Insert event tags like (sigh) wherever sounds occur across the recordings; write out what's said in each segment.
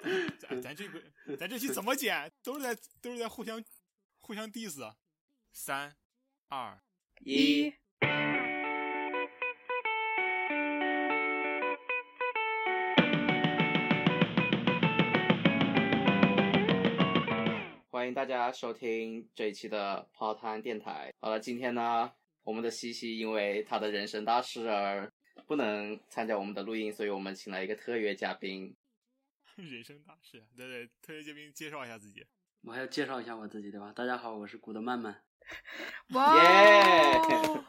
(laughs) 咱咱这个咱这期怎么剪？都是在都是在互相互相 diss 啊！三二一，欢迎大家收听这一期的泡汤电台。好了，今天呢，我们的西西因为他的人生大事而不能参加我们的录音，所以我们请来一个特约嘉宾。人生大事，啊对对，特别嘉宾介绍一下自己。我还要介绍一下我自己，对吧？大家好，我是古德曼曼。耶、哦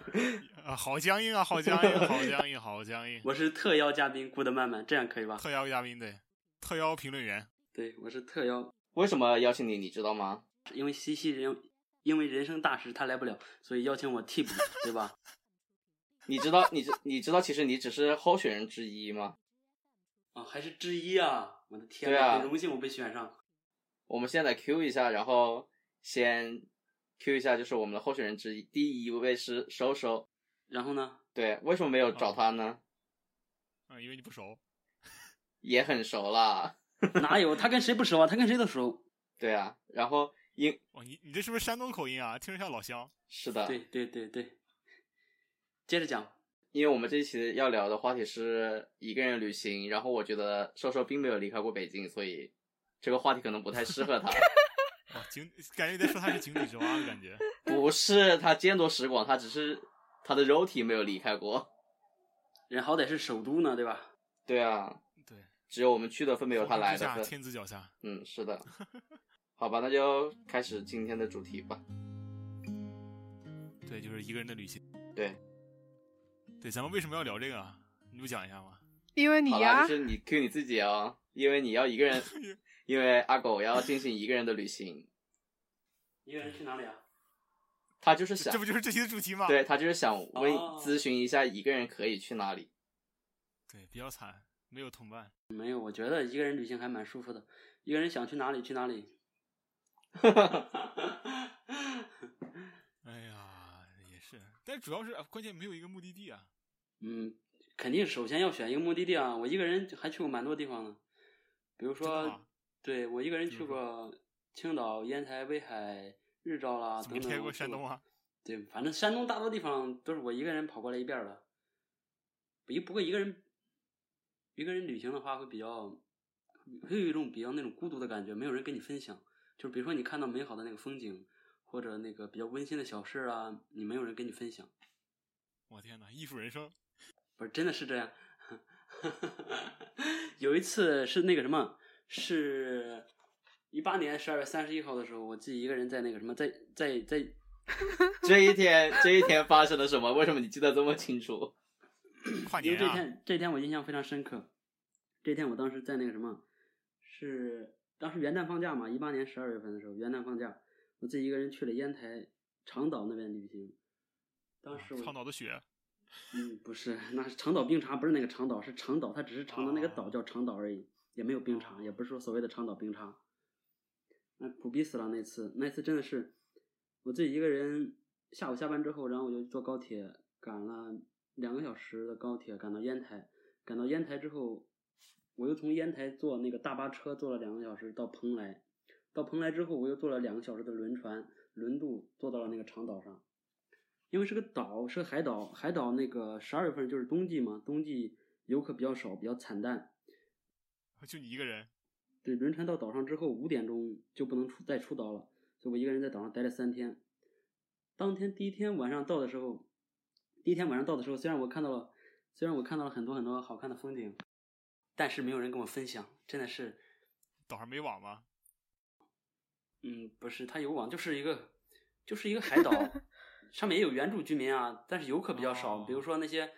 啊，好僵硬啊，好僵硬，好僵硬，好僵硬。我是特邀嘉宾古德曼曼，这样可以吧？特邀嘉宾对，特邀评论员。对，我是特邀，为什么邀请你？你知道吗？ (laughs) 因为西西人，因为人生大事他来不了，所以邀请我替补，对吧？你知道，你知你知道，其实你只是候选人之一吗？啊，还是之一啊！我的天对啊呐，很荣幸我被选上。我们现在 Q 一下，然后先 Q 一下，就是我们的候选人之一，第一位是收收。然后呢？对，为什么没有找他呢？嗯，因为你不熟，也很熟啦。哪有他跟谁不熟啊？他跟谁 (laughs) 都熟。对啊，然后因哇，你你这是不是山东口音啊？听着像老乡。是的，对对对对。接着讲，因为我们这一期要聊的话题是一个人旅行，然后我觉得收收并没有离开过北京，所以这个话题可能不太 (laughs) 适合他。哇，井感觉你在说他是井底之蛙的感觉。不是他见多识广，他只是他的肉体没有离开过。人好歹是首都呢，对吧？对啊，对，只有我们去的份 (laughs) 没有他来天的之下份。天子脚下。嗯，(laughs) 是的。好吧，那就开始今天的主题吧。对，就是一个人的旅行。对，对，咱们为什么要聊这个？啊？你不讲一下吗？因为你好呀、啦，就是你 Q 你自己哦，因为你要一 (laughs) 个人，因为阿狗要进行一个人的旅行，一个人去哪里啊？他就是想这，不就是这期的主题吗？对他就是想问哦咨询一下一个人可以去哪里。对，比较惨，没有同伴。没有，我觉得一个人旅行还蛮舒服的。一个人想去哪里去哪里。 (laughs) 哎呀，也是，但主要是啊关键没有一个目的地啊。嗯，肯定首先要选一个目的地啊。我一个人还去过蛮多地方呢，比如真的说吗，对我一个人比去如过青岛、烟台、威海、日照 (laughs) 啦怎么没等去等。过山东？啊？对，反正山东大多地方都是我一个人跑过来一遍儿的。不一不过一个人，一个人旅行的话会比较，会有一种比较那种孤独的感觉，没有人跟你分享。就是比如说你看到美好的那个风景，或者那个比较温馨的小事儿啊，你没有人跟你分享。我天哪，艺术人 (clears throat) 生，不是，真的是这样。 (laughs) 有一次是那个什么，是一八年十二月三十一号的时候，我自己一个人在那个什么，在在在，这一天，这一天发生了什么？为什么你记得这么清楚？跨因为年这啊！天这天我印象非常深刻。这天我当时在那个什么，是当时元旦放假嘛，一八年十二月份的时候，元旦放假，我自己一个人去了烟台长岛那边旅行。当时我苍哦岛的雪，嗯，不是，那是长岛冰茶，不是那个长岛，是长岛，它只是长岛那个岛叫长岛而已，也没有冰茶，也不是说所谓的长岛冰茶。那苦逼死了那次，那次真的是我自己一个人，下午下班之后，然后我就坐高铁赶了两个小时的高铁赶到烟台，赶到烟台之后，我又从烟台坐那个大巴车坐了两个小时到蓬莱，到蓬莱之后我又坐了两个小时的轮船轮渡坐到了那个长岛上，因为是个岛，是个海岛，海岛那个十二月份就是冬季嘛，冬季游客比较少，比较惨淡。就你一个人，对，轮船到岛上之后五点钟就不能出再出岛了，所以我一个人在岛上待了三天。当天第一天晚上到的时候，第一天晚上到的时候，虽然我看到了，虽然我看到了很多很多好看的风景，但是没有人跟我分享，真的是，岛上没网吗？嗯，不是，它有网，就是一个，就是一个 (laughs) 海岛，上面也有原住居民啊，但是游客比较少，比如哦说那些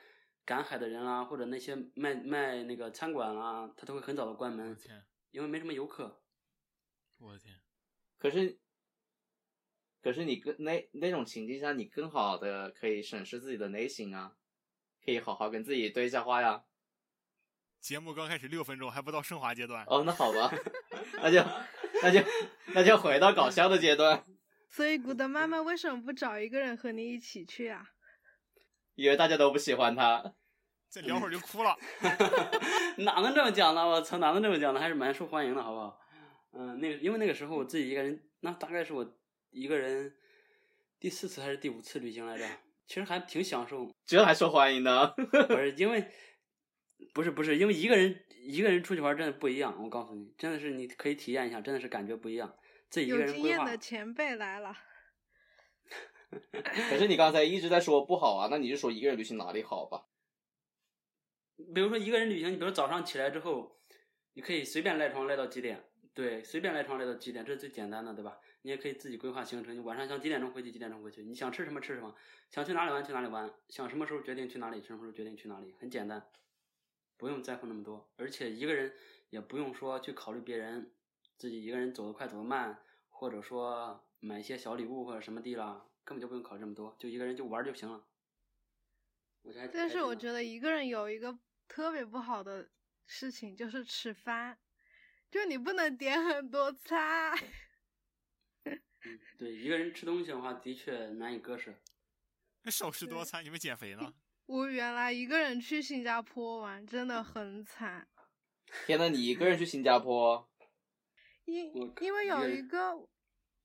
赶海的人啊，或者那些卖卖那个餐馆啊，他都会很早的关我的门，天，因为没什么游客。 (laughs) 我的天，可是，可是你更那那种情境下，你更好的可以审视自己的内心啊，可以好好跟自己对一下话呀。节目刚开始六分钟，还不到升华阶段。哦，那好吧， (laughs) 那就那就那就回到搞笑的阶段，所以古德妈妈为什么不找一个人和你一起去啊？因为大家都不喜欢他。再聊会儿就哭了。哪能这么讲呢？我操，哪能这么讲呢？还是蛮受欢迎的，好不好？嗯，那因为那个时候我自己一个人，那大概是我一个人第四次还是第五次旅行来着，其实还挺享受。这还受欢迎呢？ (laughs) 不是因为，不是不是因为一个人一个人出去玩真的不一样，我告诉你，真的是你可以体验一下，真的是感觉不一样。自己一个有人经规验划的，前辈来了，可是你刚才一直在说不好啊，那你就说一个人旅行哪里好吧？比如说一个人旅行，你比如早上起来之后，你可以随便赖床赖到几点，对，随便赖床赖到几点，这是最简单的，对吧？你也可以自己规划行程，你晚上想几点钟回去几点钟回去，你想吃什么吃什么，想去哪里玩去哪里玩，想什么时候决定去哪里，什么时候决定去哪里，很简单，不用在乎那么多，而且一个人也不用说去考虑别人，自己一个人走得快走得慢，或者说买一些小礼物或者什么的啦，根本就不用考虑这么多，就一个人就玩儿就行了。我觉得还但是我得。觉得一个人有一个特别不好的事情，就是吃饭，就你不能点很多菜。啊嗯，对，一个人吃东西的话，的确难以割舍。少吃多餐，你们减肥呢？ (laughs) 我原来一个人去新加坡玩，真的很惨，天呐，你一个人去新加坡，因我靠因为一有个一人个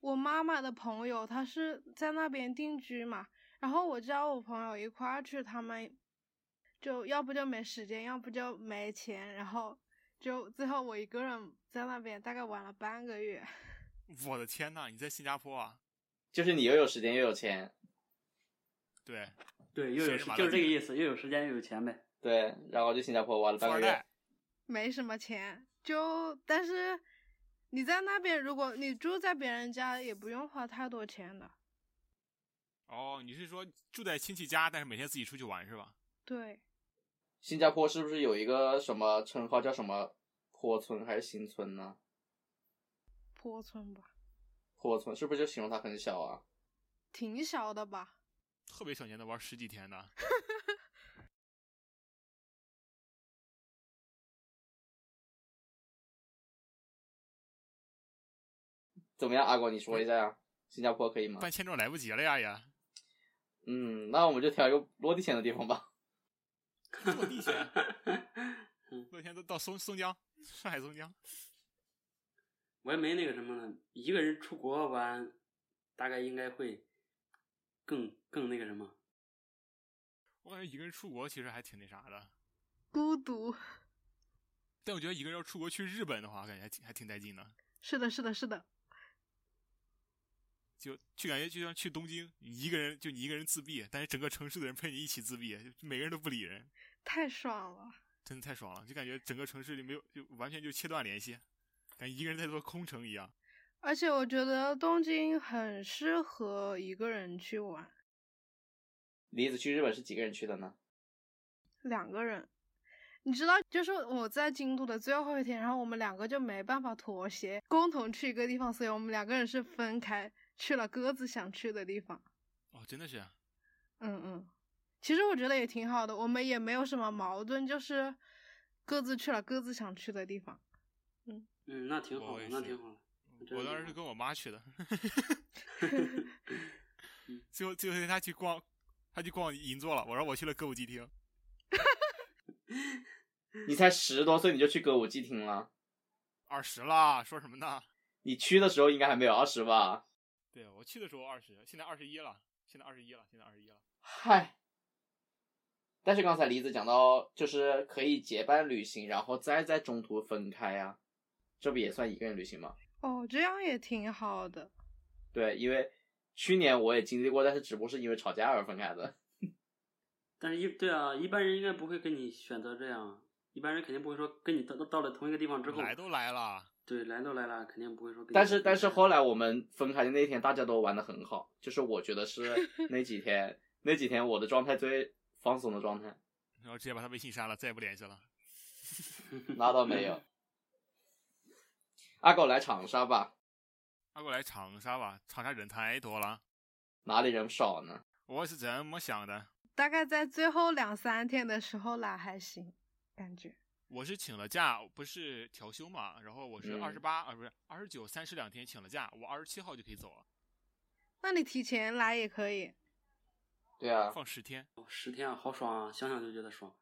我妈妈的朋友，她是在那边定居嘛，然后我叫我朋友一块儿去，他们就要不就没时间，要不就没钱，然后就最后我一个人在那边大概玩了半个月。 (laughs) 我的天呐，你在新加坡啊？就是你又有时间又有钱，对，对，又有谁时是马就拉是这个基意思，又有时间又有钱呗。对，然后就新加坡玩了富半个二月代。。没什么钱，就但是你在那边，如果你住在别人家，也不用花太多钱的。哦，你是说住在亲戚家，但是每天自己出去玩是吧？对，新加坡是不是有一个什么称号叫什么坡村还是新村呢？坡村吧，坡村是不是就形容它很小啊？挺小的吧。特别想念的玩十几天的。怎么样，阿果你说一下呀？新加坡可以吗？办签证来不及了呀 (laughs) 也，嗯，那我们就挑一个落地前的地方吧。落地签，落地签都到松松江，上海松江。 (laughs) 我也没那个什么呢，一个人出国玩，大概应该会更更那个什么。我感觉一个人出国其实还挺那啥的，孤独， (laughs) 但我觉得一个人要出国去日本的话，感觉还挺还挺带劲的。是的，是的，是的，就就感觉就像去东京，你一个人就你一个人自闭，但是整个城市的人陪你一起自闭，就每个人都不理人，太爽了。真的太爽了，就感觉整个城市里没有就完全就切断联系，感觉一个人在座空城一样。而且我觉得东京很适合一个人去玩，梨子去日本是几个人去的呢？两个人。你知道，就是我在京都的最后一天，然后我们两个就没办法妥协，共同去一个地方，所以我们两个人是分开去了各自想去的地方。哦，真的是，嗯，嗯，其实我觉得也挺好的，我们也没有什么矛盾，就是各自去了各自想去的地方。嗯，那挺好我的也，那是挺好的。嗯真我的当时是挺好跟我妈 (laughs) 去的， (laughs) 嗯最后最后她去逛，她去逛银座了，我让我去了歌舞伎町。你才十多岁你就去歌舞伎町了？二十啦，说什么呢？你去的时候应该还没有二十吧？对我去的时候二十，现在二十一了，现在二十一了，现在二十一了。嗨。但是刚才梨子讲到，就是可以结伴旅行，然后再在中途分开啊，这不也算一个人旅行吗？哦，这样也挺好的。对，因为去年我也经历过，但是只不过是因为吵架而分开的。但是一对啊，一般人应该不会跟你选择这样，一般人肯定不会说跟你到到到了同一个地方之后，来都来了，对，来都来了，肯定不会说跟你但选是择但是这样后来我们分开的那天，大家都玩的很好，就是我觉得是那几天那几天我的状态最放松的状态，然后直接把她微信删了，再也不联系了。那倒没有。阿狗来长沙吧，阿过来长沙吧，长沙人太多了，哪里人少呢？我是这么想的。大概在最后两三天的时候来还行，感觉。我是请了假，不是调休嘛，然后我是嗯二十八啊，不是二十九、三十两天请了假，我二十七号就可以走了，那你提前来也可以。对啊，放十天。哦十天啊，好爽啊，想想就觉得爽。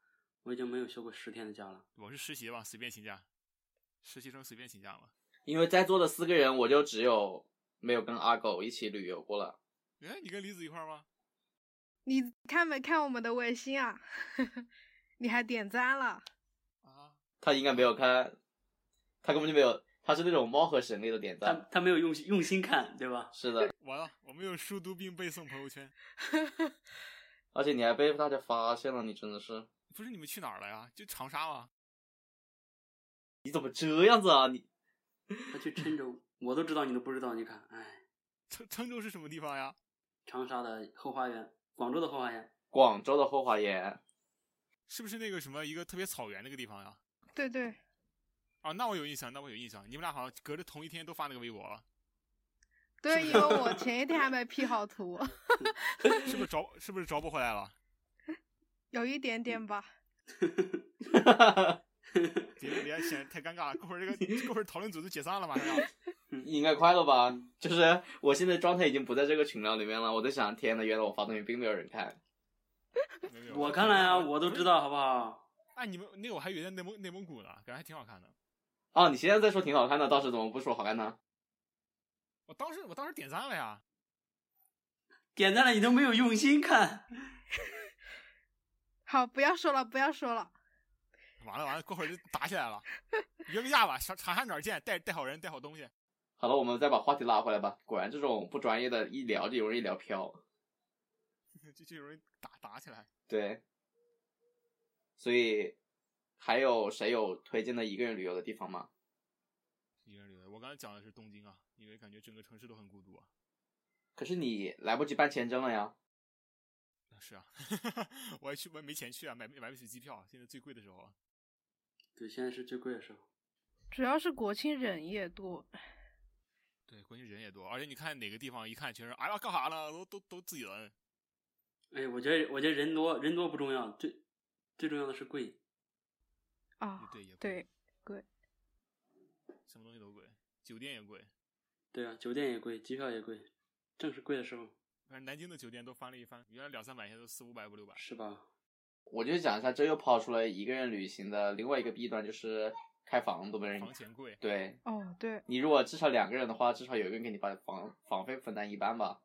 我已经没有休过十天的假了。我是实习吧，随便请假，实习生随便请假嘛。因为在座的四个人，我就只有没有跟阿狗一起旅游过了。哎，你跟李子一块儿吗？你看没看我们的微信啊？ (laughs) 你还点赞了？啊，他应该没有看，他根本就没有，他是那种猫和神类的点他赞。他没有用心用心看，对吧？是的，完了，我没有书读并背诵朋友圈。而且你还被大家发现了，你真的是，不是你们去哪儿了呀？就长沙吗？你怎么这样子啊？你他去郴州，我都知道，你都不知道，你看，哎，郴郴州是什么地方呀？长沙的后花园，广州的后花园，广州的后花 (laughs) 园，是不是那个什么一个特别草原那个地方呀？对对，啊，那我有印象，那我有印象。你们俩好像隔着同一天都发那个微博了，对，因为我前一天还没 P 好图， (laughs) 是不是找是不是找不回来了？有一点点吧。别别别，显得太尴尬了。过会儿这个过会儿讨论组就解散了，马上要。应该快乐吧？就是我现在状态已经不在这个群聊里面了。我在想，天呐，原来我发东西并没有人看。没有没有我看了呀，我都知。道，好不好？哎，你们那个我还以为在内蒙内蒙古呢，感觉还挺好看的。哦，你现在在说挺好看的，当时怎么不说好看呢？我当时我当时点赞了呀，点赞了，你都没有用心看，好，不要说了，不要说了。完了完了，过会儿就打起来了。约个架吧，长长沙哪儿见？带带好人，带好东西。好了，我们再把话题拉回来吧。果然，这种不专业的，一聊就容易聊飘。就就容易打打起来。对，所以还有谁有推荐的一个人旅游的地方吗？一个人旅游，我刚才讲的是东京啊，因为感觉整个城市都很孤独啊。可是你来不及办签证了呀。啊是啊， (laughs) 我还去我也没钱去啊，买买不起机票，现在最贵的时候啊。对，现在是最贵的时候。主要是国庆人也多，对，关键人也多，而且你看哪个地方一看全是，哎呀干啥呢？都都都自己人。哎，我觉得我觉得人多人多不重要，最最重要的是贵。啊、对也贵对，什么东西都贵，酒店也贵。对啊，酒店也贵，机票也贵，正是贵的时候，反正南京的酒店都翻了一番，原来两三百，现在都四五百、五六百。是吧？我就讲一下，这又抛出了一个人旅行的另外一个弊端，就是开房都没哎人。房钱贵，对哦对，你如果至少两个人的话，至少有一个人给你把房房费分担一半吧。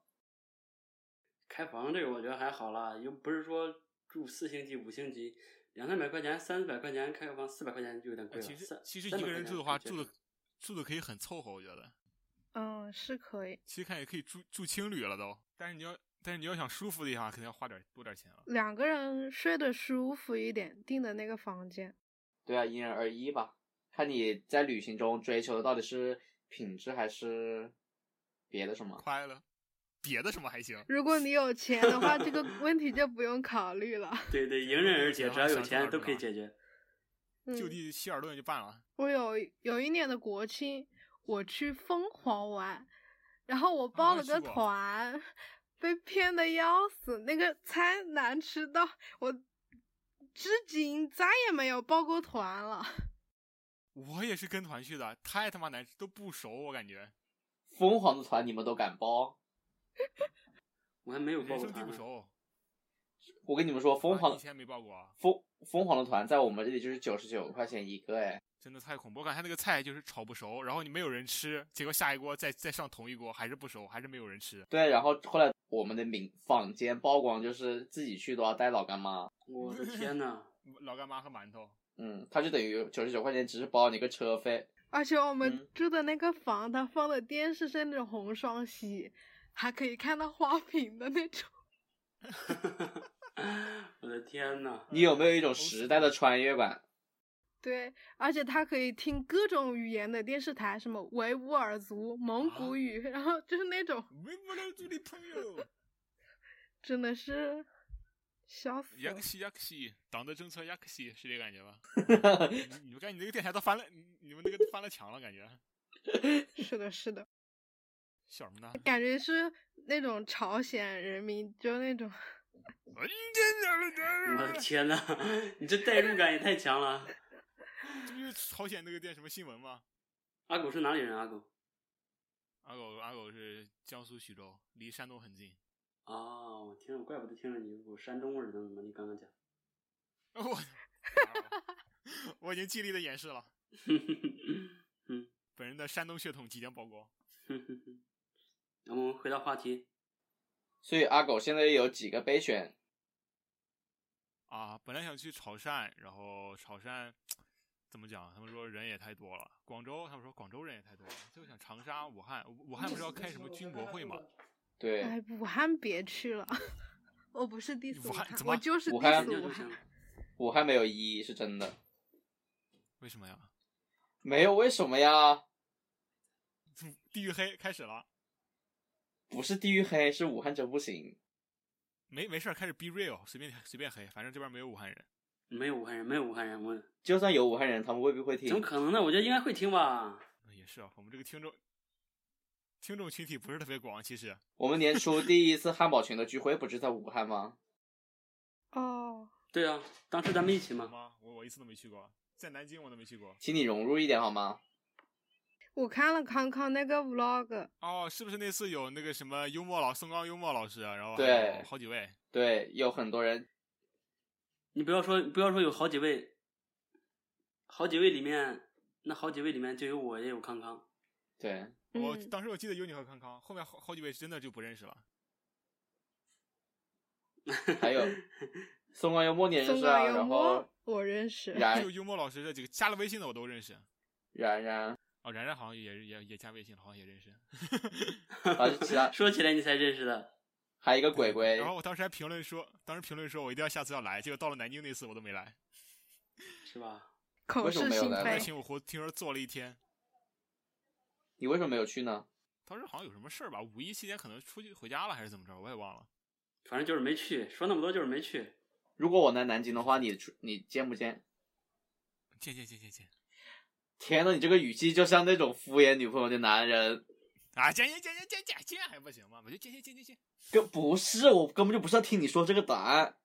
开房这个我觉得还好啦，又不是说住四星级、五星级，两三百块钱、三四百块钱开个房，四百块钱就有点哎贵了。其实三其实300一个人块住钱的话，就住觉的得住的可以很凑合，我觉得。嗯，是可以，其实看也可以住住青旅了都，但是你要但是你要想舒服的话，肯定要花点多点钱嗯了。两个人睡得舒服一点，订的那个房间。对啊，因人而异吧，看你在旅行中追求的到底是品质还是别的什么。快乐，别的什么还行。如果你有钱的话，这个问题就不用考虑了。 (laughs) 对对，迎刃而解，只要有想去哪儿钱都住可以哪儿解决。嗯、就地希尔顿就办了，我有有一年的国庆，我去凤凰玩，然后我报我了也个啊去过团，被骗的要死，那个菜难吃到我至今再也没有报过团了。我也是跟团去的，太他妈难吃，都不熟，我感觉疯狂的团你们都敢包？我还没有报人过生地团不呢，熟。我跟你们说，疯啊狂以前没报过啊，疯疯狂的团在我们这里就是九十九块钱一个，哎，真的太恐怖。我感觉他那个菜就是炒不熟，然后你没有人吃，结果下一锅再再上同一锅还是不熟，还是没有人吃。对。然后后来我们的民坊间曝光就是自己去都要带老干妈，我的天 (laughs) 呐！老干妈和馒头，嗯，他就等于九十九块钱只是包你个车费，而且我们嗯住的那个房，它放的电视是那种红双喜，还可以看到花瓶的那种。我的天呐！你有没有一种时代啊的穿越感？对，而且它可以听各种语言的电视台，什么维吾尔族、蒙古啊语，然后就是那种微波炉里的朋 (laughs) 友，真真的是笑死亚了克。西亚克西，党的政策亚克西是这感觉吧？你你们看你那个电台都翻了，你你们那个都翻了墙了，感觉是的，是的，笑什么呢？哎感觉是那种朝鲜人民，就那种我啊的天呐！你这代入感也太强了。这不就是朝鲜那个电什么新闻吗？阿狗是哪里人？啊阿狗阿狗阿狗是江苏徐州，离山东很近。啊哦，我听着，怪不得听着你有股山东味儿呢。怎么你刚刚讲？ (laughs) 我我已经尽力的掩饰了。嗯， (laughs) 本人的山东血统即将曝光。那么我们回到话题，所以阿狗现在有几个备选？啊，本来想去潮汕，然后潮汕怎么讲？他们说人也太多了。广州，他们说广州人也太多了。就想长沙、武汉，武武汉不是要开什么军博会吗？对，哎，武汉别去了， (laughs) 我不是 diss 武汉怎么我就是武汉 diss 就武是想汉。武汉没有一是真的，为什么呀？没有为什么呀？地域黑开始了，不是地域黑，是武汉真不行。没没事儿，开始 be real，随便随便黑，反正这边没有武汉人。没有武汉人，没有武汉人，我就算有武汉人，他们未必会怎么听。可能呢？我觉得应该会听吧。那也是啊，我们这个听众听众群体不是特别广，其实我们年初第一次汉堡群的聚会不是在武汉吗？哦，对啊，当时咱们一起好嘛，吗？我我一次都没去过，在南京我都没去过。请你融入一点好吗？我看了康康那个 vlog，哦，是不是那次有那个什么幽默老宋刚幽默老师，啊然后还对有好几位？对，有很多人，你不要说不要说有好几位，好几位里面，那好几位里面就有我也有康康，对， (laughs) 我嗯当时我记得有你和康康，后面好好几位真的就不认识了。还 (laughs) 有宋光幽默你认松识啊，冈幽然后默我认识，然就幽默老师这几个加了微信的我都认识。然然，哦，然然好像也也也加微信了，好像也认识。啊，其他 (laughs) 说起来你才认识的，还有一个鬼鬼然，后我当时还评论说，当时评论说我一定要下次要来，结果到了南京那次我都没来，是吧？口为什么是没有心来呢在非。勤我湖听说坐了一天。你为什么没有去呢？当时好像有什么事儿吧，五一期间可能出去回家了还是怎么着，我也忘了。反正就是没去，说那么多就是没去。如果我来南京的话，你出你见不见？见见见见见天呐，你这个语气就像那种敷衍女朋友的男人，啊，见见见见见见见还不行吗？我就见见见见见。根不是，我根本就不是要听你说这个答案。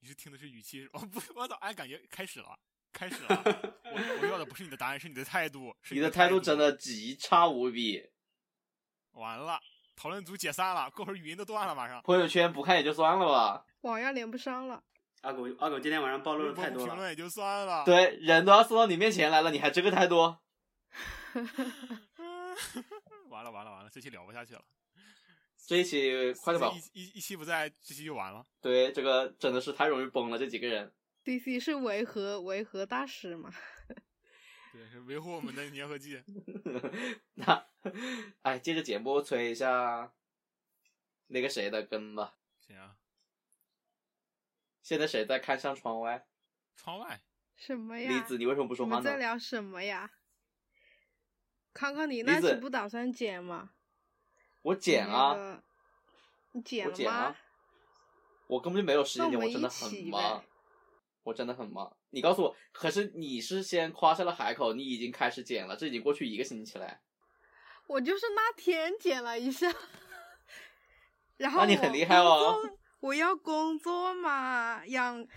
你是听的是语气是吧，我不，我早哎，感觉开始了，开始 (laughs) 了。我我要的不是你的答案，是你的态度，是你的的态度真的极差无比，完了。讨论组解散了，过会儿语音都断了，马上。朋友圈不看也就算了吧，网要连不上了，阿狗阿狗今天晚上暴露微了博太不多评了，论也就算了。对，人都要送到你面前来了，你还这个态度？嗯 (laughs) 完了完了完了，这期聊不下去了。这一期快点吧这，一一一期不在，这期就完了。对，这个真的是太容易崩了，这几个人。 D C 是维和维和大使嘛？对，是维护我们的粘合剂。那，哎，借着节目催一下那个谁的根吧。谁啊？现在谁在看向窗外？窗外什么呀？李子，你为什么不我说话们呢在？聊什么呀？康康，你梨那期子不打算剪吗？我剪那啊，个你剪我了剪吗啊？，我根本就没有时间那剪，我我们真一的很起忙呗，我真的很忙。你告诉我，可是你是先夸下了海口，你已经开始剪了，这已经过去一个星期 (laughs) 了。我就是那天剪了一下，然后那你我很厉害哦工作。我要工作嘛，养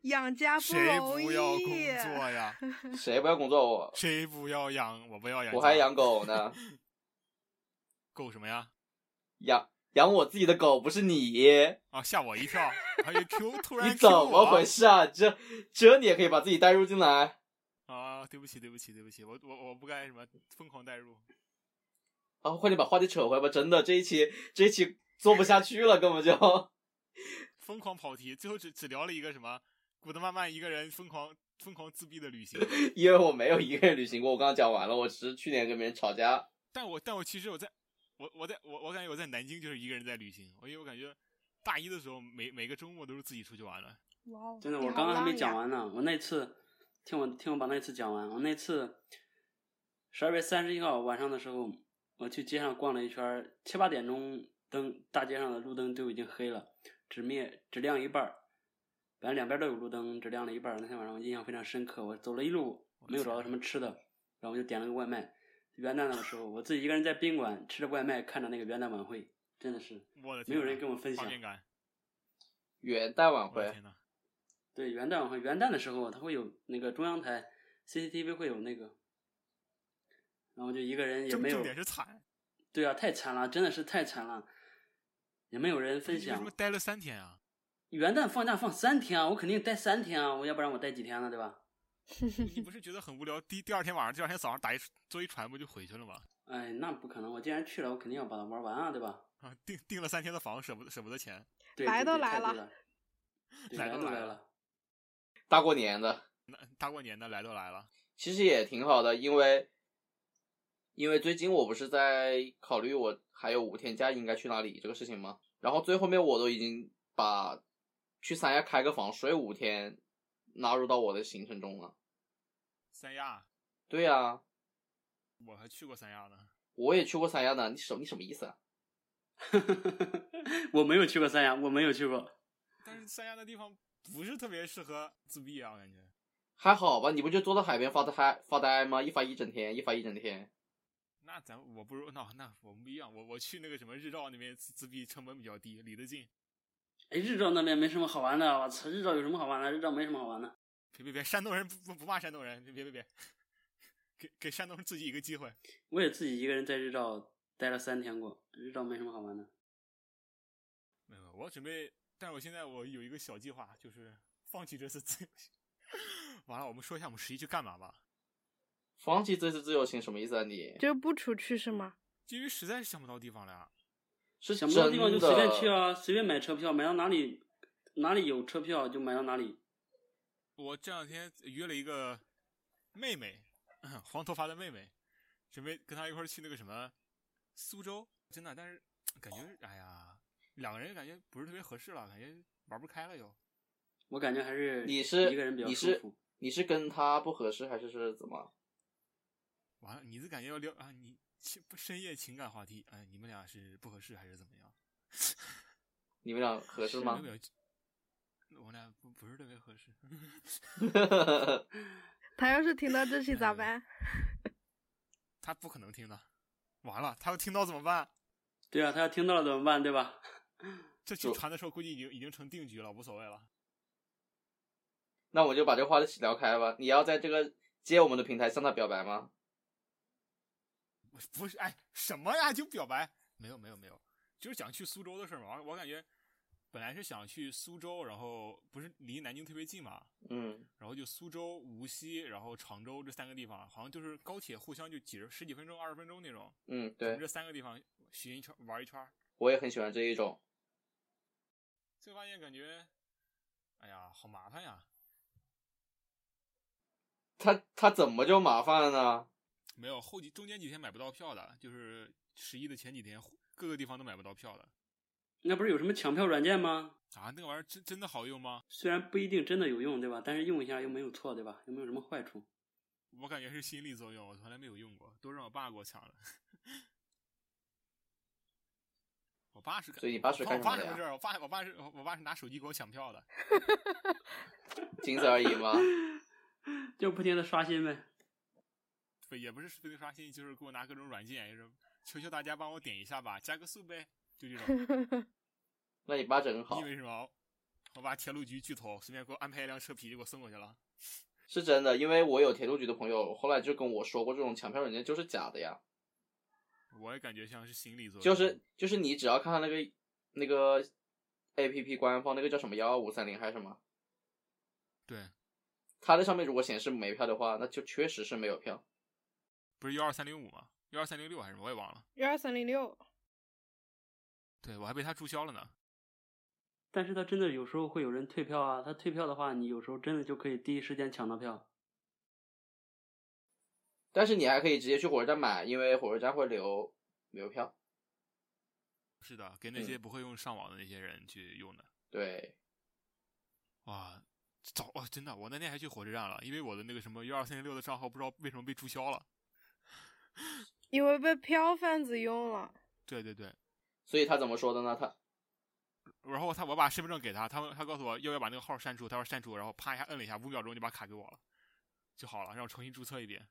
养家不谁容易。不要工作 (laughs) 呀？谁不要工作我？谁不要养？我不要养。我还养狗呢，狗什么呀？养养我自己的狗，不是你，啊，吓我一跳！还有 Q 突然 (laughs) 你 Q 怎么我回事啊？这这你也可以把自己带入进来？啊？对不起，对不起，对不起，我我我不该什么疯狂代入。啊，快点把话题扯回吧！真的，这一期这一期做不下去了，根本就 (laughs) 疯狂跑题，最后只只聊了一个什么古德曼曼一个人疯狂疯狂自闭的旅行。因为我没有一个人旅行过。我刚刚讲完了，我只是去年跟别人吵架。但我但我其实我在我我在我我感觉我在南京就是一个人在旅行，我因为我感觉大一的时候每每个周末都是自己出去玩的。哇哦真的，你我好刚刚还没浪讲啊呀。完呢。我那次，听我听我把那次讲完。我那次十二月三十一号晚上的时候，我去街上逛了一圈儿，七八点钟灯大街上的路灯都已经黑了，只灭只亮一半儿。本来两边都有路灯，只亮了一半儿。那天晚上我印象非常深刻，我走了一路没有找到什么吃的，然后我就点了个外卖。元旦的时候，我自己一个人在宾馆吃着外卖，看着那个元旦晚会，真的是我的没天哪，有人跟我分画享。面感，元旦晚我的会天，哪！对，元旦晚会，元旦的时候它会有那个中央台 CCTV 会有那个，然后就一个人也重没有重，点是惨，对啊，太惨了，真的是太惨了，也没有人分你为什享么，待了三天啊？ (laughs) 元旦放假放三天啊，我肯定待三天啊，我要不然我待几天呢，对吧？你不是觉得很无聊？第第二天晚上，第二天早上打一坐一船不就回去了吗？哎，那不可能，我既然去了，我肯定要把它玩完啊，对吧？啊，订订了三天的房，舍不得舍不得钱，对，来对都对来太对了了， (laughs) 对来来都来来了了， (laughs) 大过年的，那大过年的来都来了，其实也挺好的，因为因为最近我不是在考虑我还有五天假应该去哪里这个事情吗？然后最后面我都已经把去三亚开个房睡五天纳入到我的行程中了。三亚，对呀、我还去过三亚呢。我也去过三亚呢，你什你什么意思啊？我没有去过三亚，我没有去过。但是三亚那地方不是特别适合自闭啊，我感觉。还好吧，你不就坐到海边发呆发呆吗？一发一整天，一发一整天。那咱我不如那那我们不一样，我我去那个什么日照那边自自闭成本比较低，离得近。哎，日照那边没什么好玩的，我操，日照有什么好玩的？日照没什么好玩的。别别别，山东人不不不骂山东人，别别别别，给给山东人自己一个机会。我也自己一个人在日照待了三天过，日照没什么好玩的。没有，我准备，但是我现在我有一个小计划，就是放弃这次自由行。 (laughs) 完了，我们说一下我们十一去干嘛吧。放弃这次自由行什么意思啊你？就是不出去是吗？基于实在是想不到地方了呀，是想不到地方就随便真的去啊，随便买车票，买到哪里哪里有车票就买到哪里。我这两天约了一个妹妹， (laughs) 黄头发的妹妹，准备跟她一块儿去那个什么苏州，真的，但是感觉哎呀，两个人感觉不是特别合适了，感觉玩不开了又。我感觉还是你是一个人比较你舒是服。你是跟他不合适还是是怎么？完了，你是感觉要聊啊，你情深夜情感话题，哎，你们俩是不合适还是怎么样？你们俩合适吗没？有，我俩不不是特别合适。他要是听到这期咋哎办？他不可能听的，完了，他要听到怎么办？对啊，他要听到了怎么办，对吧？ (laughs) 这期传的时候估计已经已经成定局了，无所谓了。 (laughs) 那我们就把这话题聊开吧。你要在这个接我们的平台向他表白吗？我不是，哎，什么呀？就表白？没有，没有，没有，就是讲去苏州的事儿嘛。我我感觉本来是想去苏州，然后不是离南京特别近嘛，嗯，然后就苏州、无锡，然后常州这三个地方，好像就是高铁互相就几十十几分钟、二十分钟那种，嗯，从对，这三个地方巡一圈玩一圈儿。我也很喜欢这一种。最后发现感觉，哎呀，好麻烦呀！他他怎么就麻烦了呢？没有后几中间几天买不到票的，就是十一的前几天，各个地方都买不到票的那不是有什么抢票软件吗？啊！那个玩意儿真真的好用吗？虽然不一定真的有用，对吧？但是用一下又没有错，对吧？又没有什么坏处。 (laughs) 我感觉是心理作用，我从来没有用过，都让我爸给我抢了。 (laughs) 我爸是干，所以你爸是我干什么爸的什呀么事儿？我爸我爸是我爸是拿手机给我抢票的。仅此而已 (laughs) 吗？就不停的刷新呗。不也不是非得刷新，就是给我拿各种软件，也是求求大家帮我点一下吧，加个速呗，就这种。那你爸真你 (laughs) 好以，为什么？我爸铁路局巨头，随便给我安排一辆车皮就给我送过去了。是真的，因为我有铁路局的朋友，后来就跟我说过，这种抢票软件就是假的呀，我也感觉像是心理作用，就是就是你只要看看那个那个 A P P 官方那个叫什么幺二五三零还是什么，对，它在上面如果显示没票的话，那就确实是没有票。不是幺二三零五吗？幺二三零六还是什么？我也忘了。幺二三零六，对我还被他注销了呢。但是他真的有时候会有人退票啊，他退票的话，你有时候真的就可以第一时间抢到票。但是你还可以直接去火车站买，因为火车站会留留票。是的，给嗯那些不会用上网的那些人去用的。对，哇，早哦，真的，我那天还去火车站了，因为我的那个什么幺二三零六的账号不知道为什么被注销了。因为被票贩子用了，对对对，所以他怎么说的呢？他然后他我把身份证给他，他们他告诉我要不要把那个号删除，他说删除，然后啪一下摁了一下，五秒钟就把卡给我了，就好了，让我重新注册一遍，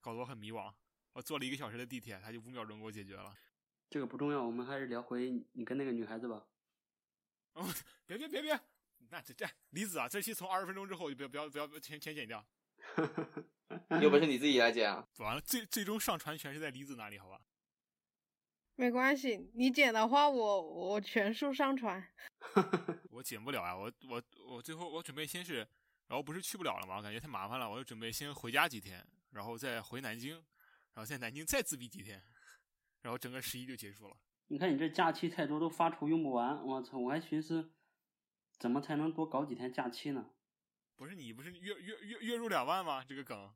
搞得我很迷惘。我坐了一个小时的地铁，他就五秒钟给我解决了。这个不重要，我们还是聊回你跟那个女孩子吧。别别别别，那这这李子啊，这期从二十分钟之后就不要不要不要全全剪掉。有本事你自己来讲。啊完了，最最终上传权是在李子那里，好吧？没关系，你剪的话我我全数上传。我剪不了啊，我我我最后我准备先是，然后不是去不了了嘛，我感觉太麻烦了，我就准备先回家几天，然后再回南京，然后在南京再自闭几天，然后整个十一就结束了。你看你这假期太多，都发愁用不完。我操，我还寻思怎么才能多搞几天假期呢？不是你不是月月月月入两万吗？这个梗，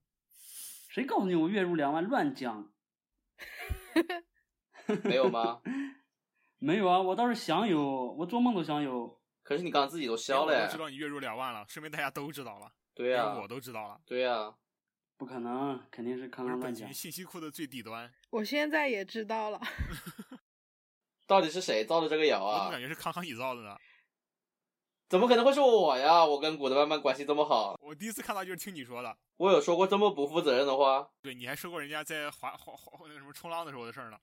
谁告诉你我月入两万？乱讲，没有吗？没有啊，我倒是想有，我做梦都想有。可是你刚刚自 (laughs) 己都消我了呀都知。道你月入两万了，说明大家都知道了，对啊呀、连我都知道了。对呀、不可能，肯定是康我是康乱本讲局。信息库的最底啊端，我现在也知道了，到底是谁造的这个谣我怎么啊感？觉是康康你造的呢？怎么可能会是我呀？我跟古德曼曼关系这么好，我第一次看到就是听你说的，我有说过这么不负责任的话？对，你还说过人家在滑滑滑那个什么冲浪的时候的事儿呢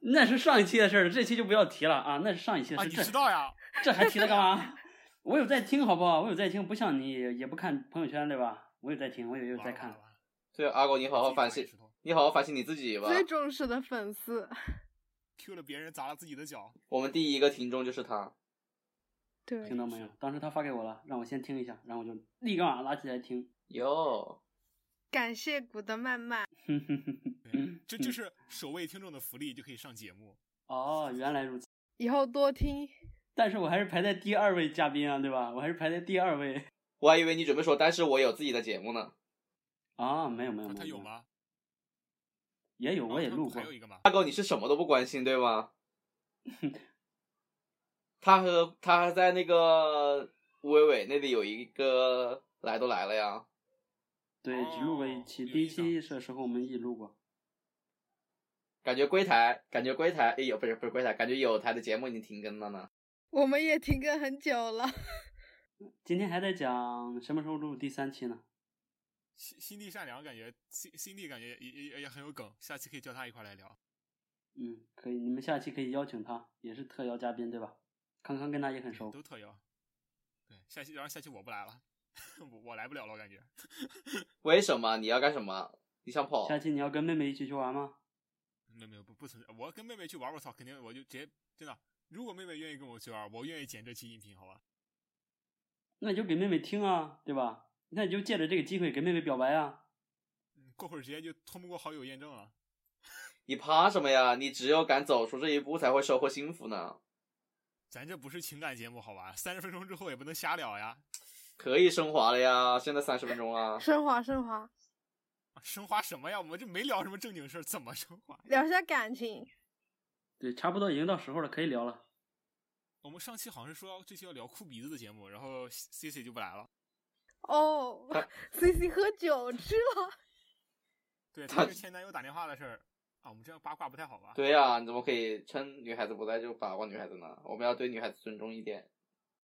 那是上一期的事儿了，这期就不要提了啊。那是上一期的啊，事，你这知道呀？这还提了干嘛？我有在听，好不好？我有在听，不像你也不看朋友圈，对吧？我有在听，我也完有了在完了看。完了对，啊阿狗，你好好反自己省打一石，头你好好反省你自己吧。 (laughs) 最忠实的粉丝， ，Q 了别人砸了自己的脚，我们第一个听众就是他，对听，到没有？当时他发给我了，让我先听一下，然后我就立马拉起来听。 (laughs) 哟，感谢古德曼曼。哼哼哼哼对这嗯就是首位听众的福利，就可以上节目。哦，原来如此。以后多听。但是我还是排在第二位嘉宾啊，对吧？我还是排在第二位我还以为你准备说，但是我有自己的节目呢。啊，没有没有啊没有，他有没有？吗？也有，啊嗯我也他录不过还。有一个吗？阿狗，你是什么都不关心对吗？ (laughs) 他和他还在那个伟伟那里有一个来都来了呀，对，只录过一期，哦有第一印象期的时候我们一起录过。感觉柜台，感觉柜台，哎有不是不是柜台，感觉有台的节目已经停更了呢。我们也停更很久了，今天还在讲什么时候录第三期呢？心心地善良，感觉心心地感觉也也也很有梗，下期可以叫他一块来聊。嗯，可以，你们下期可以邀请他，也是特邀嘉宾，对吧？康康跟他也很熟都。特邀。对，下期然后下期我不来了，我我来不了了，我感觉。为什么你要干什么？你想跑？下期你要跟妹妹一起去玩吗？没有没有不不存在，我跟妹妹去玩，我操，肯定我就直接真的。如果妹妹愿意跟我去玩，我愿意剪这期音频，好吧？那你就给妹妹听啊，对吧？那你就借着这个机会给妹妹表白啊。嗯，过会儿直接就通不过好友验证了。你怕什么呀？你只有敢走出这一步，才会收获幸福呢。咱这不是情感节目，好吧？三十分钟之后也不能瞎聊呀，可以升华了呀，现在三十分钟啊了。 (laughs) 升华升华，升华什么呀？我们这没聊什么正经事儿，怎么升华？聊一下感情。对，差不多已经到时候了，可以聊了。我们上期好像是说这期要聊哭鼻子的节目，然后 C C 就不来了。哦 (laughs) 他，C C 喝酒去了，对，他她是前男友打电话的事儿啊，我们这样八卦不太好吧？对呀、你怎么可以趁女孩子不在就把握女孩子呢？我们要对女孩子尊重一点。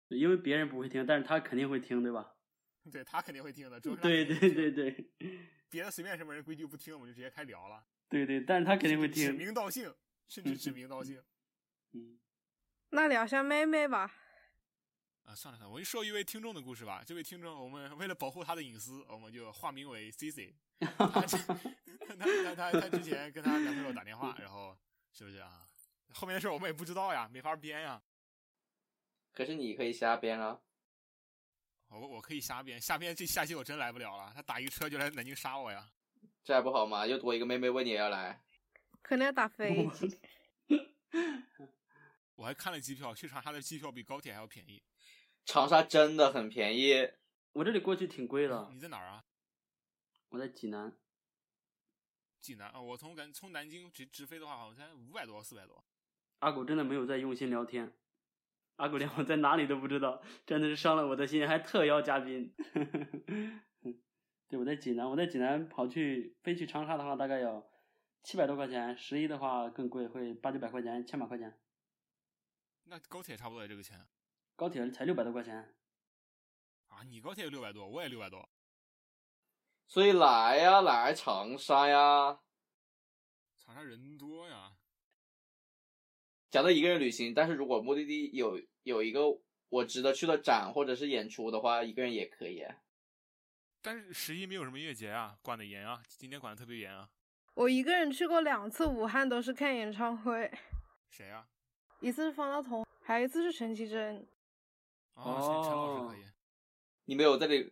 对因为别人不会听，但是他肯定会听，对吧？ (laughs) 对，他肯定会听的。主要是她对肯定对会听对对别的随便什么人规矩不听，我们就直接开聊了，对对，但是他肯定会指听。名道姓，甚至指名道 (laughs) 姓。嗯，那聊一下妹妹吧。啊，算了算了，我就说一位听众的故事吧。这位听众，我们为了保护他的隐私，我们就化名为 C (laughs) C。他他他他他之前跟他男朋友打电话，然后是不是啊？后面的事儿我们也不知道呀，没法编呀。可是你可以瞎编啊，我我可以瞎编，瞎编这下期我真来不了了。他打一车就来南京杀我呀！这还不好吗？又多一个妹妹问你要来，可能要打飞机，我还看了机票，去长沙的机票比高铁还要便宜。长沙真的很便宜。 (laughs) 我这里过去挺贵的你，在哪儿啊？我在济南。济南啊、我从感从南京直直飞的话，好像才五百多、四百多。阿狗真的没有在用心聊天，阿狗连我在哪里都不知道，真的是伤了我的心，还特邀嘉宾。 (laughs) 对，我在济南，我在济南跑去飞去长沙的话，大概要七百多块钱，十一的话更贵，会八九百块钱，千把块钱。那高铁差不多也这个钱高铁才六百多块钱，啊！你高铁也六百多，我也六百多，所以来呀，来长沙呀。长沙人多呀。讲到一个人旅行，但是如果目的地有有一个我值得去的展或者是演出的话，一个人也可以。但是十一没有什么音乐节啊，管的严啊，今天管的特别严啊。我一个人去过两次武汉，都是看演唱会，谁啊？一次是方大同，还有一次是陈绮贞。哦，陈陈老师哦可以。你没有在这里，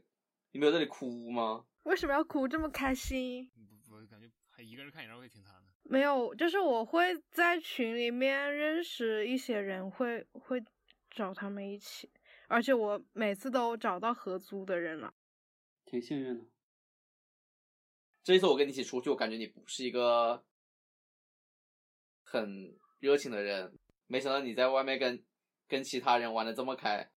你没有在这里哭吗？为什么要哭这么开心？不，我感觉还一个人看演唱会挺惨的。没有，就是我会在群里面认识一些人会，会找他们一起，而且我每次都找到合租的人了。挺幸运的。这一次我跟你一起出去，我感觉你不是一个很热情的人。没想到你在外面跟跟其他人玩的这么开，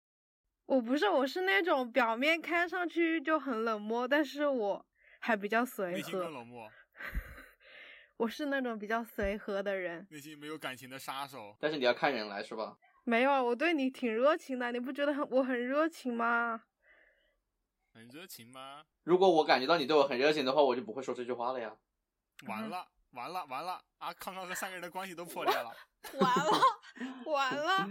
我不是，我是那种表面看上去就很冷漠，但是我还比较随内心更和。冷漠，我是那种比较随和的人。内心没有感情的杀手。但是你要看人来是吧？没有，啊我对你挺热情的，你不觉得很我很热情吗？ (laughs) 很热情吗？如果我感觉到你对我很热情的话，我就不会说这句话了呀。完嗯了，完了，完了！啊，康康和三个人的关系都破裂了。完了，完了。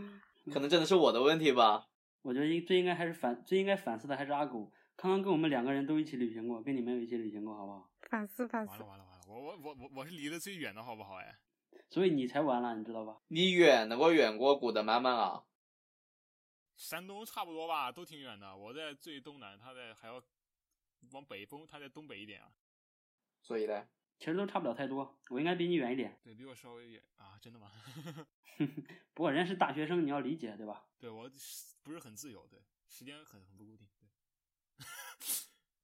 可能真的是我的问题吧。我觉得应最应该还是反最应该反思的还是阿狗。刚刚跟我们两个人都一起旅行过，跟你们有一起旅行过，好不好？ (laughs) 反思反完了，思，完了，完了！我我我我我是离得最远的好不好？哎，所以你才完了，你知道吧？你远能够远过古德曼曼啊？山东差不多吧，都挺远的。我在最东南，他在还要往北风，他在东北一点啊。所以呢，其实都差不了太多，我应该比你远一点。对比我稍微远啊，真的吗？ (laughs) 不过人是大学生，你要理解，对吧？对我是不是很自由，对，时间很很不固定。对，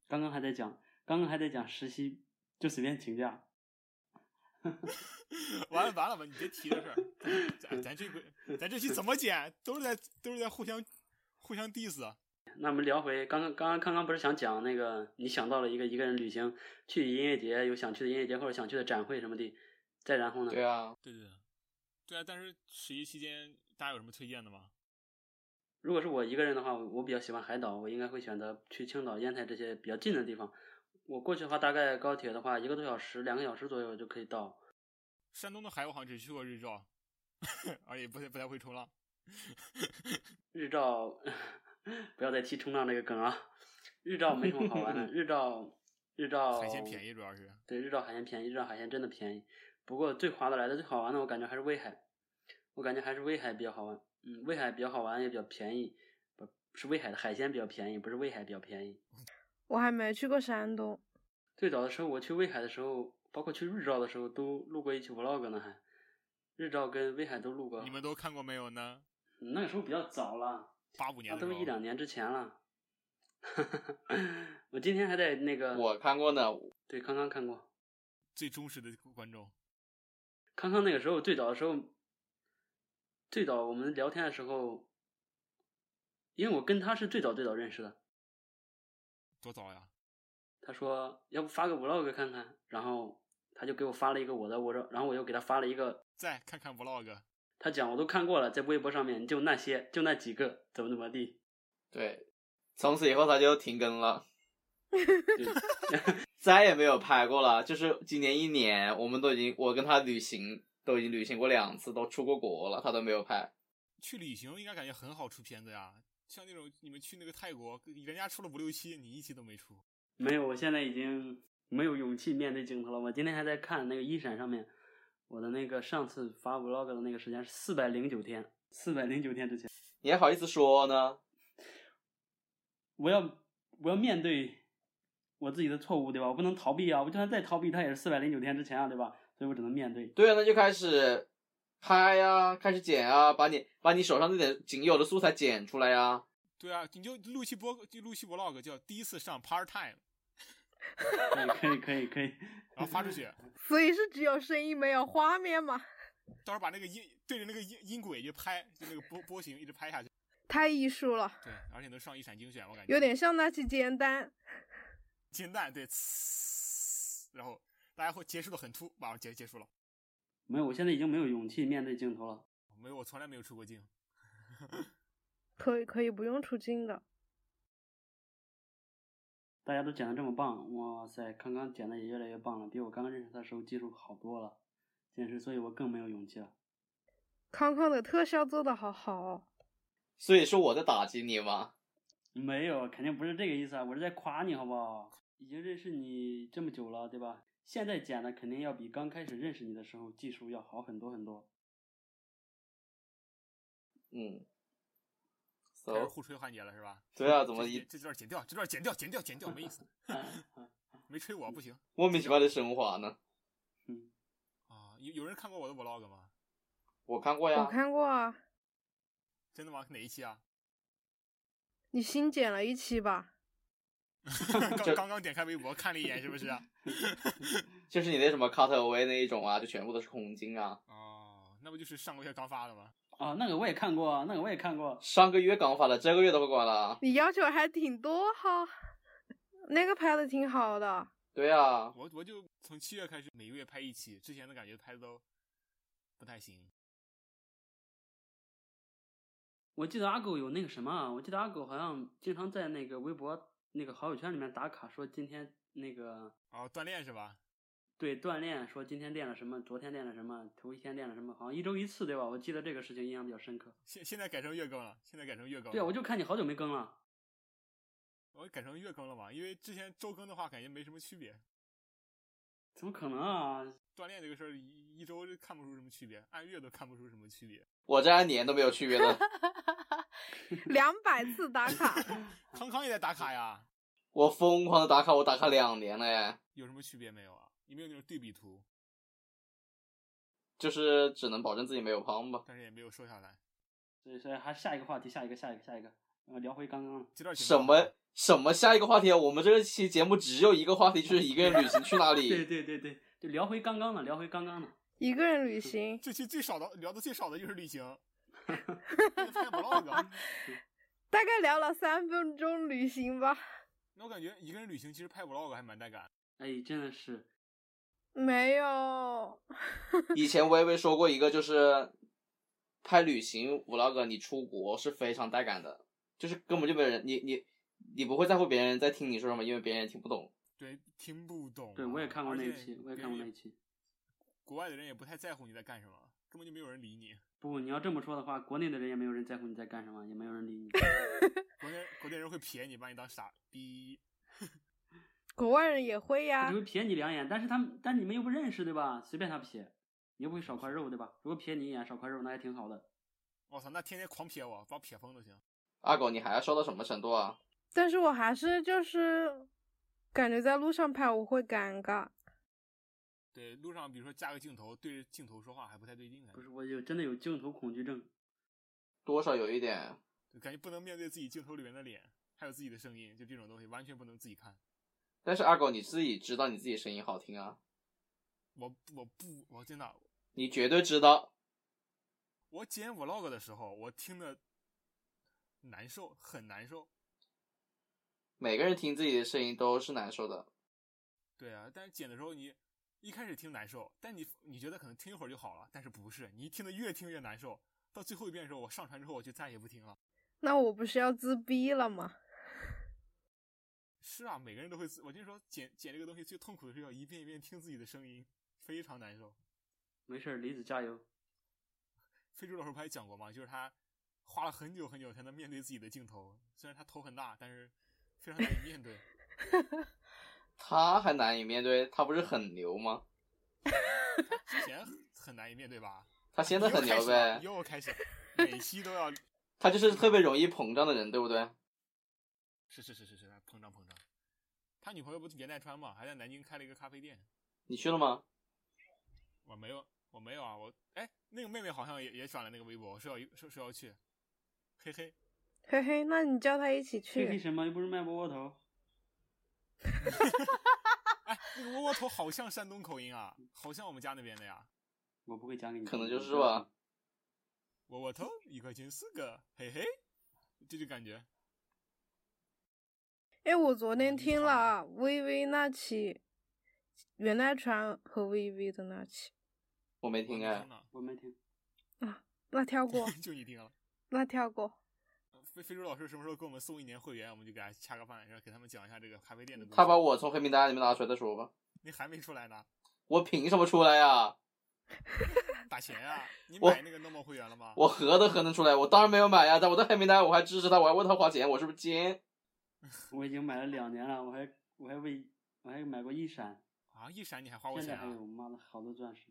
刚刚还在讲，刚刚还在讲实习就随便请假，完了完了吧，你别提这事儿，咱咱这个咱这期怎么剪，都是在都是在互相互相 diss 啊。那我们聊回刚刚刚刚刚刚不是想讲那个，你想到了一个一个人旅行，去音乐节有想去的音乐节或者想去的展会什么的，再然后呢？对啊，对对对，对啊！但是十一期间大家有什么推荐的吗？如果是我一个人的话，我我比较喜欢海岛，我应该会选择去青岛、烟台这些比较近的地方。我过去的话，大概高铁的话，一个多小时、两个小时左右就可以到。山东的海我好像只去过日照， (laughs) 而且不太不太会冲浪。日照， (laughs) 不要再提冲浪这个梗啊！日照没什么好 (laughs) 玩的，日照，日照海鲜便宜主要是对，日照海鲜便宜，日照海鲜真的便宜。不过最划得来的、最好玩的，我感觉还是威海，我感觉还是威海比较好玩。嗯，威海比较好玩，也比较便宜，不是威海的海鲜比较便宜，不是威海比较便宜。我还没去过山东，最早的时候，我去威海的时候，包括去日照的时候，都录过一期 vlog 呢，还日照跟威海都录过。嗯你们都看过没有呢？那个时候比较早了，八五年那的时都一候，两年之前了。 (laughs) 我今天还在那个，我看过呢。对康康看过，最忠实的观众，康康那个时候最早的时候，最早我们聊天的时候，因为我跟他是最早最早认识的，多早呀！他说要不发个 vlog 看看，然后他就给我发了一个我的，我说，然后我又给他发了一个再看看 vlog，他讲我都看过了，在微博上面就那些，就那几个，怎么怎么地。对，从此以后他就停更了，对再也没有拍过了。就是今年一年，我们都已经我跟他旅行都已经旅行过两次，都出过国了，他都没有拍。去旅行应该感觉很好出片子呀。像那种你们去那个泰国，人家出了五六期，你一期都没出。没有，我现在已经没有勇气面对镜头了。我今天还在看那个一闪上面，我的那个上次发 vlog 的那个时间是四百零九天，四百零九天之前，你还好意思说呢？我要我要面对我自己的错误，对吧？我不能逃避啊！我就算再逃避，它也是四百零九天之前啊，对吧？所以我只能面对。对啊，那就开始拍呀、开始剪啊，把你把你手上那点仅有的素材剪出来呀、对啊，你就录期播，就录期 vlog，叫第一次上 part time，可以，可以，可以，可以。然后发 (laughs) 出去，所以是只有声音没有画面嘛？到时候把那个音对着那个音音轨就拍，就那个波波形一直拍下去。太艺术了，对，而且能上一闪精选，我感觉有点像那期煎蛋。煎蛋，对，呲然后大家会结束的很突，哇，结结束了，没有，我现在已经没有勇气面对镜头了。没有，我从来没有出过镜，可以可以不用出镜的，大家都剪得这么棒，哇塞！康康剪的也越来越棒了，比我刚认识他的时候技术好多了，简直，所以我更没有勇气了。康康的特效做的好好哦。所以是我在打击你吗？没有，肯定不是这个意思啊，我是在夸你好不好？已经认识你这么久了，对吧？现在剪的肯定要比刚开始认识你的时候技术要好很多很多。嗯开始，so 互吹环节了是吧？哦对啊，怎么这一这这段剪掉，这段剪掉，剪掉，剪掉，没意 (laughs) 思，嗯嗯没吹我不行莫名其妙的升华呢？嗯，啊！有有人看过我的 vlog 吗？我看过我呀，看过啊，真的吗？哪一期 (laughs) 啊？你新剪了一期吧？刚刚刚点开微博看了一眼，是不啊是？就是你那什么 cut away 那一种啊，就全部都是空镜啊。哦，那不就是上个月刚发的吗？啊，那个我也看过，那个我也看过。上个月刚发的，这个月都不管了啊。你要求还挺多哈，那个拍的挺好的。对啊，我我就从七月开始，每个月拍一期，之前的感觉拍的都不太行。我记得阿狗有那个什么啊，我记得阿狗好像经常在那个微博那个好友圈里面打卡，说今天那个哦，锻炼是吧？对锻炼，说今天练了什么，昨天练了什么，头一天练了什么，好像一周一次对吧？我记得这个事情印象比较深刻。现现在改成月更了，现在改成月更了。对啊，我就看你好久没更了。我改成月更了嘛，因为之前周更的话感觉没什么区别。怎么可能啊？锻炼这个事儿一一周就看不出什么区别，按月都看不出什么区别。我这按年都没有区别 (laughs) 的。嗯两百次打 (laughs) 卡，康康也在打卡呀，我疯狂的打卡，我打卡两年了耶，有什么区别没有啊？有没有那种对比图？就是只能保证自己没有胖吧。但是也没有瘦下来。所以说还下一个话题，下一个，下一个，下一个，呃，聊回刚刚了。这段什么什么？下一个话题啊？我们这个期节目只有一个话题，就是一个人旅行去哪 (laughs) 对里。对对对，就聊回刚刚的，聊回刚刚的。一个人旅行，这期最少的聊的最少的就是旅行，拍 vlog。 (laughs) 大概聊了三分钟旅行吧。那我感觉一个人旅行其实拍 vlog 还蛮带感。哎，真的是，没有，以前微微说过一个，就是拍旅行 vlog，你出国是非常带感的，就是根本就没有人，你你你不会在乎别人在听你说什么，因为别人也听不懂。对，听不懂啊、对我也看过而那一且期，我也别看过人那一期。国外的人也不太在乎你在干什么，根本就没有人理你。不，你要这么说的话，国内的人也没有人在乎你在干什么，也没有人理你。国内国内人会撇你，把你当傻逼。国外人也会他呀只。会瞥你两眼，但是他们，但是你们又不认识，对吧？随便他瞥，你又不会少块肉，对吧？如果瞥你一眼少块肉，那也挺好的。我操，那天天狂撇我，把我撇疯都行。阿狗，你还要瘦到什么程度啊？但是我还是就是感觉在路上拍我会尴尬。对，路上比如说架个镜头，对着镜头说话还不太对劲，感不觉是，我有真的有镜头恐惧症。多少有一点。就感觉不能面对自己镜头里面的脸，还有自己的声音，就这种东西完全不能自己看。但是阿狗，你自己知道你自己声音好听啊，我我不我真的你绝对知道。我剪 vlog 的时候，我听的难受，很难受。每个人听自己的声音都是难受的，对啊，但是剪的时候你一开始听难受，但你你觉得可能听一会儿就好了，但是不是？你一听的越听越难受，到最后一遍的时候，我上传之后我就再也不听了。那我不是要自闭了吗？是啊，每个人都会自，我就说剪剪这个东西最痛苦的是要一遍一遍听自己的声音，非常难受。没事儿，李子加油。非洲老师不还讲过吗？就是他花了很久很久才能面对自己的镜头，虽然他头很大，但是非常难以面对。他还难以面对，他不是很牛吗？之前很难以面对吧？他现在很又开牛始了呗，又开始，每期都要，他就是特别容易膨胀的人，对不对？是是是是是，膨胀膨胀。他女朋友不袁代川嘛，还在南京开了一个咖啡店。你去了吗？我没有，我没有啊，我哎，那个妹妹好像也也转了那个微博，说要说说要去，嘿嘿，嘿嘿，那你叫他一起嘿嘿去。什么？又不是卖窝窝头。哎，那个窝窝头好像山东口音啊，好像我们家那边的呀。我不会讲给你听。可能就是我不吧会讲。窝窝头一块钱四个，嘿嘿，这就感觉哎，我昨哦天你听好了微微那期，袁代川和微微的那期，我没我没听哎听，呢，我没听。那跳过， (laughs) 就你听了。那跳过。非非洲老师什么时候给我们送一年会员，我们就给他恰个饭，然后给他们讲一下这个咖啡店的故事。他把我从黑名单里面拉出来再说吧。你还没出来 (laughs) 呢，我凭什么出来呀、打钱啊！你我买那个 normal 会员了吗？我何德何能出来？我当然没有买呀、在我的黑名单，我还支持他，我还为他花钱，我是不是奸？我已经买了两年了，我还我还为我还买过一闪。啊！一闪你还花过现在钱还啊？有，妈的好多钻石。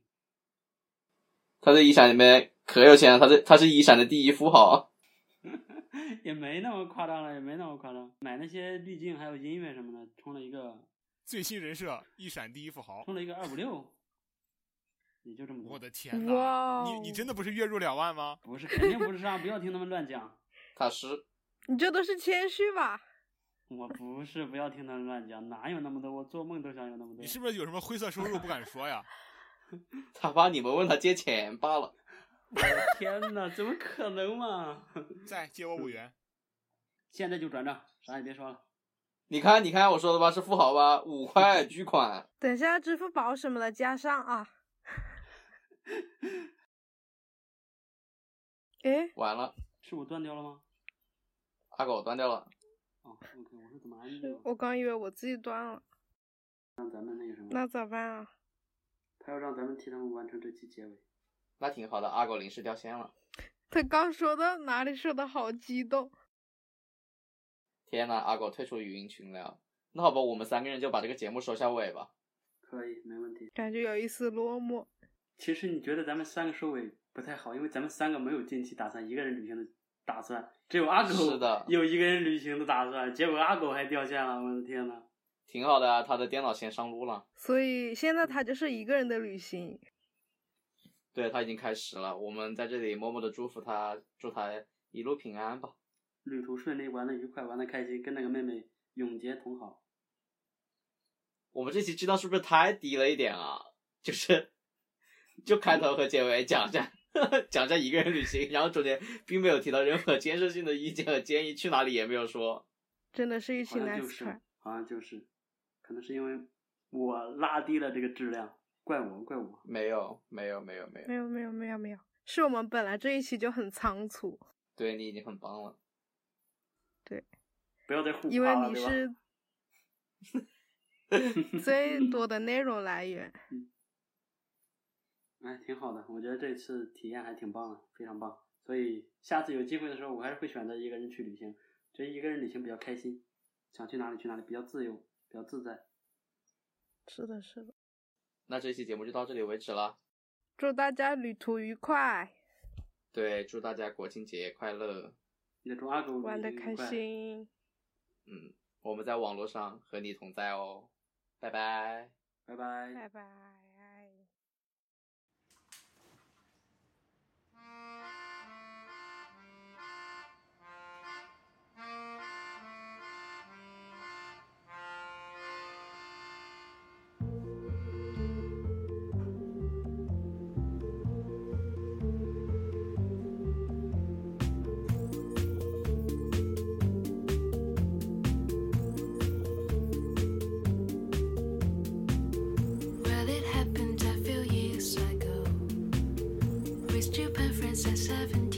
他在一闪里面可有钱了，他是他是一闪的第一富豪。也没那么夸张了，也没那么夸张。买那些滤镜还有音乐什么的，充了一个最新人设一闪第一富豪，充了一个二五六，也就这么我多。的天哇哪！哦你你真的不是月入两万吗？不是，肯定不是啊！不要听他们乱讲。他是你这都是谦虚吧？我不是，不要听他们乱讲，哪有那么多？我做梦都想有那么多。你是不是有什么灰色收入不敢说呀？ (laughs) 他怕你们问他借钱罢了。我的哎天哪，怎么可能嘛？ (laughs) 再借我五元，现在就转账，啥也别说了。你看，你看，我说的吧，是富豪吧？五块巨款，等一下支付宝什么的加上啊。诶，完了，是我断掉了吗？阿狗断掉了。哦，OK，我说怎么安掉？我刚以为我自己端了，让咱们那个什么，那咋办啊？他要让咱们替他们完成这期结尾。那挺好的，阿狗临时掉线了。他刚说到哪里说的好激动，天呐，阿狗退出语音群聊。那好吧，我们三个人就把这个节目收下尾吧。可以，没问题。感觉有一丝落寞。其实你觉得咱们三个收尾不太好，因为咱们三个没有近期打算一个人旅行的打算，只有阿狗是的 (laughs) 有一个人旅行的打算，结果阿狗还掉线了，我的天呐！挺好的啊，他的电脑先上路了。所以现在他就是一个人的旅行，对他已经开始了，我们在这里默默的祝福他，祝他一路平安吧。旅途顺利，玩的愉快，玩的开心，跟那个妹妹永结同好。我们这期质量是不是太低了一点啊？就是，就开头和结尾讲一下， (laughs) 讲一下一个人旅行，然后中间并没有提到任何建设性的意见和建议，去哪里也没有说。真的是一起好像难就死是团。，好像就是，可能是因为我拉低了这个质量，怪我，怪我。没有，没有，没有，没有没。有没有没有没有，是我们本来这一期就很仓 (laughs) 促，对你已经很棒了。不要再互因为夸了，你啊对吧？是 (laughs) 最多的内容来源。哎，挺好的，我觉得这次体验还挺棒的，非常棒。所以下次有机会的时候，我还是会选择一个人去旅行，觉得一个人旅行比较开心，想去哪里去哪里，比较自由，比较自在。是的，是的。那这期节目就到这里为止了。祝大家旅途愉快，对，祝大家国庆节快乐。也祝阿狗旅玩的行愉开快。心，嗯，我们在网络上和你同在哦。拜拜。拜拜。拜拜。 Well, it happened a few years ago. We still been friends at 17.